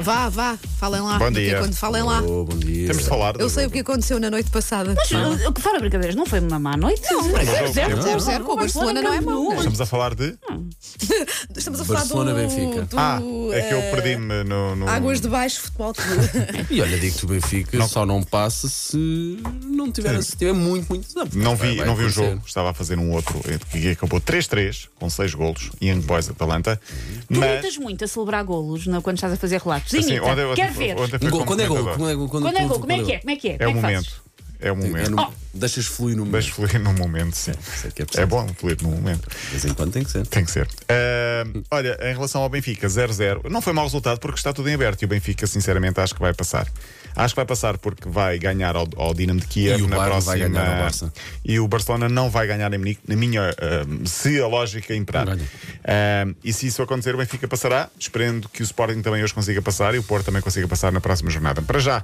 Vá, vá, falem lá. Bom do que dia. aconte- Falem lá. Oh, bom dia. Temos de falar. Eu sei o que aconteceu na noite passada. Mas, uh, fora brincadeiras, não foi uma má noite? Não, é zero, zero. Zero, zero, com o Barcelona não é mau, não é? Estamos a falar de. Hum. Estamos a falar Barcelona, do. Benfica. do, Ah, Uh, é que eu eh, perdi-me no. no... Águas de Baixo Futebol Clube. E olha, digo-te o Benfica, só não passa se não tiver, se tiver muito, muito tempo. Não Vai- vi, vai não vi o acontecer. jogo, estava a fazer um outro eh, que acabou 3-3, com 6 golos, Young Boys Atalanta. Tu Mas. imitas muito a celebrar golos não, quando estás a fazer relatos. assim, Imita. ontem- ontem- Quer ver? ontem foi Um gol- como Quando é gol? comentador. Quando é gol? Quando é gol? Como é que é? Como é que é? É o Como que fazes? momento. É o É momento. no- Deixas fluir no Deixa momento. fluir no momento, sim. sei que é preciso. É bom fluir no momento. De vez em quando tem que ser. Tem que ser. Ah, olha, em relação ao Benfica, 0-0, não foi mau resultado porque está tudo em aberto e o Benfica, sinceramente, acho que vai passar. Acho que vai passar porque vai ganhar ao, ao Dinamo de Kiev E o na Bayern próxima. vai ganhar ao Barça. E o Barcelona não vai ganhar em Munique, na minha, ah, se a lógica imperar. Não ganha. Ah, e se isso acontecer, o Benfica passará. Esperando que o Sporting também hoje consiga passar e o Porto também consiga passar na próxima jornada. Para já,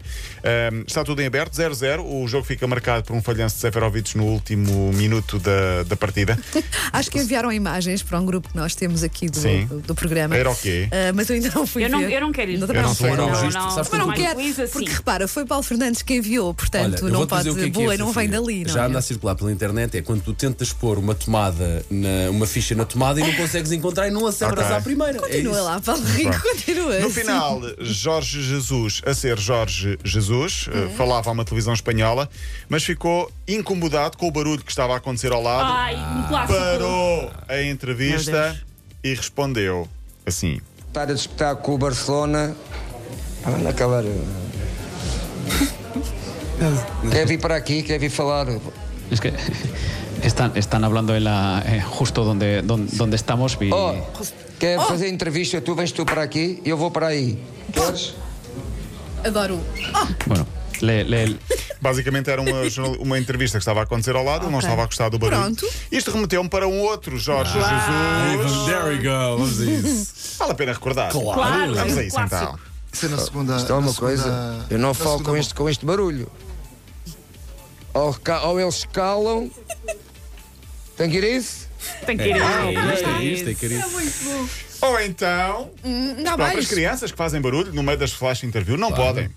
ah, está tudo em aberto, 0-0. O jogo fica marcado por um falhanço de Seferovic no último minuto da, da partida. Acho que enviaram imagens para um grupo que nós temos aqui do, Sim. do programa. Era o quê? Ah, mas eu ainda não fui Eu não, ver. eu não quero ir. Não, também não, Eu não sou quero. um não, Não, analista. não. Sabes Também não porquê? quero, Quiz assim. porque repara, foi Paulo Fernandes que enviou, Olha, portanto eu não vou-te dizer pode o que é dizer que é, boa, não vem Sofia. dali. Não Já é? anda a circular pela internet é quando tu tentas pôr uma tomada, na, uma ficha na tomada e não consegues encontrar e não acertas Ok. à primeira. Continua é isso. lá, Paulo Rico, continua. No Sim. final, Jorge Jesus a ser Jorge Jesus, eh, falava a uma televisão espanhola, mas ficou incomodado com o barulho que estava a acontecer ao lado. Ai, um clássico. Parou a Meu entrevista Deus. e respondeu assim: Estar a disputar com o Barcelona. Ah, Anda a calar. Quer vir para aqui, quer vir falar. Es que están, están hablando en la, eh, justo donde, donde, donde estamos y Oh, quer fazer entrevista, tu vens tu para aqui e eu vou para aí. Queres? Adoro. Oh, bueno, le- le- Basicamente era uma, jornal- uma entrevista que estava a acontecer ao lado, ele não Ok. estava a gostar do barulho. Pronto. Isto remeteu-me para um outro Jorge Jesus. There we go, vamos a isso. Vale a pena recordar. Claro, Vamos a é um isso clássico. então. Isso é na segunda. Isto é uma na segunda- coisa. Eu não na falo com segunda- este, com este barulho. Ou, ca- ou eles calam. Tem que ir a isso? Tem que ir. É isto, é isto, é que era isto. Ou então, Não, as próprias mais. crianças que fazem barulho no meio das flash interview não podem.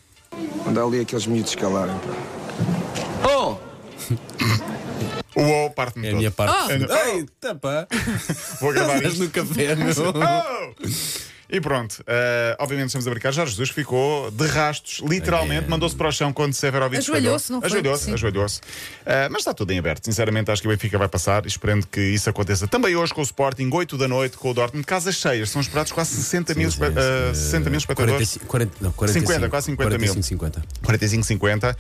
Manda ali aqueles miúdos calarem. pá. Oh! O ou parte-me É a todo. minha parte. Oh. Eita, pá. Vou gravar Estás isto. no café, meu. Oh! E pronto, eh, obviamente estamos a brincar. Jorge Jesus ficou de rastos, literalmente, mandou-se para o chão quando Severovic Ajoelhou-se, pegou. não foi? Ajoelhou-se, Sim. ajoelhou-se. Eh, mas está tudo em aberto. Sinceramente, acho que o Benfica vai passar, esperando que isso aconteça também hoje com o Sporting, 8 da noite, com o Dortmund. Casas cheias, são esperados quase 60 mil, espe- ah, eh, 60 mil espectadores. 45, 40, não, 45, 50, quase 50 mil. 45, 50. 45, 50.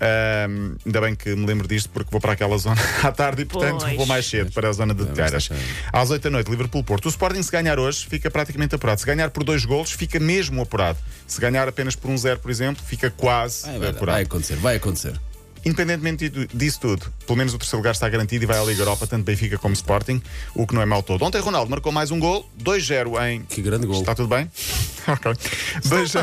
Ahm, ainda bem que me lembro disto porque vou para aquela zona à tarde e, portanto, Pois. vou mais cedo para a zona de Telheiras. está cheio. Às 8 da noite, Liverpool Porto. O Sporting, se ganhar hoje, fica praticamente apurado. Se ganhar por dois golos, fica mesmo apurado. Se ganhar apenas por um zero, por exemplo, fica quase Vai, vai, apurado. vai acontecer, vai acontecer. Independentemente di- disso tudo, pelo menos o terceiro lugar está garantido e vai à Liga Europa, tanto Benfica como Sporting, o que não é mal todo. Ontem Ronaldo marcou mais um gol, 2-0 em. Que grande gol. Está tudo bem? ok. 2-0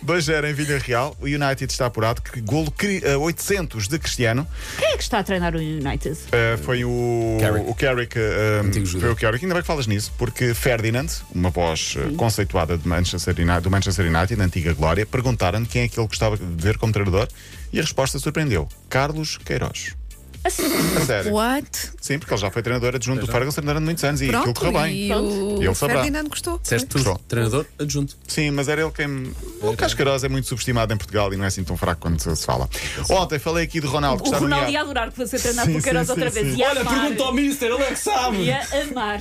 2-0 em Vila Real. O United está apurado. Que golo cri- eh, 800 de Cristiano. Quem é que está a treinar o United? Eh, foi o Carrick. o Carrick. eh, Antigo judeu. foi o Carrick. Ainda bem que falas nisso, porque Ferdinand, uma voz eh, conceituada de Manchester United, do Manchester United, da antiga glória, perguntaram quem é que ele gostava de ver como treinador e a resposta surpreendeu: Carlos Queiroz. A sério. What? Sim, porque ele já foi treinador adjunto do Ferguson durante muitos anos e aquilo Pronto, correu bem. e o Ele saberá. Ferdinando gostou. Disseste tudo, Só. treinador adjunto. Sim, mas era ele quem. me- O Cascaroz é muito subestimado em Portugal e não é assim tão fraco quando se se fala. Ontem falei aqui de Ronaldo, que O está Ronaldo ia nomeado. adorar que você treinar Sim, por Queiroz sim, outra sim, vez. sim. Ia amar. Mister, ele é que sabe. Ia amar.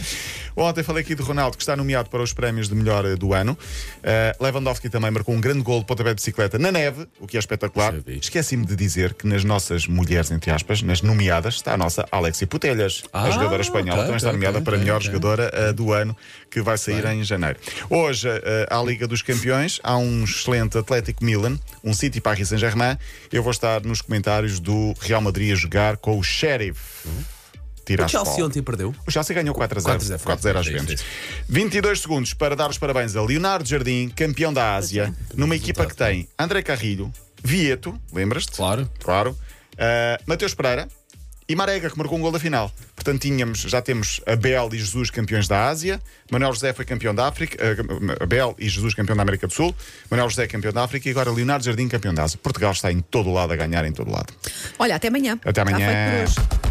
Ontem falei aqui de Ronaldo, que está nomeado para os prémios de melhor eh, do ano. Eh, Lewandowski também marcou um grande gol de pontapé de bicicleta na neve, o que é espetacular. Já vi. Esqueci-me de dizer que nas nossas mulheres, entre aspas, nas nomeadas, está a nossa Alexia Putelhas, a Ah, jogadora espanhola, ok, também está ok, nomeada ok, para melhor ok. jogadora eh, do ano, que vai sair em janeiro. Hoje, eh, à Liga dos Campeões, há um excelente Atlético Milan, um City Paris Saint-Germain. Eu vou estar nos comentários do Real Madrid a jogar com o Sheriff. Uhum. Tira O Chelsea ontem perdeu. o Chelsea ganhou 4 a 0. 4-0, foi. 4 a 0 às Sim, Juventus. sim. 22 segundos para dar os parabéns a Leonardo Jardim, campeão da é, Ásia, numa equipa que tem André Carrilho, Vieto, lembras-te? Claro. Claro. ah, Mateus Pereira e Marega, que marcou um gol da final. Portanto, tínhamos, já temos Abel e Jesus campeões da Ásia, Manuel José foi campeão da África, eh, Abel e Jesus campeão da América do Sul, Manuel José campeão da África e agora Leonardo Jardim campeão da Ásia. Portugal está em todo o lado a ganhar em todo o lado. Olha, até amanhã. Até Está amanhã. feito por hoje.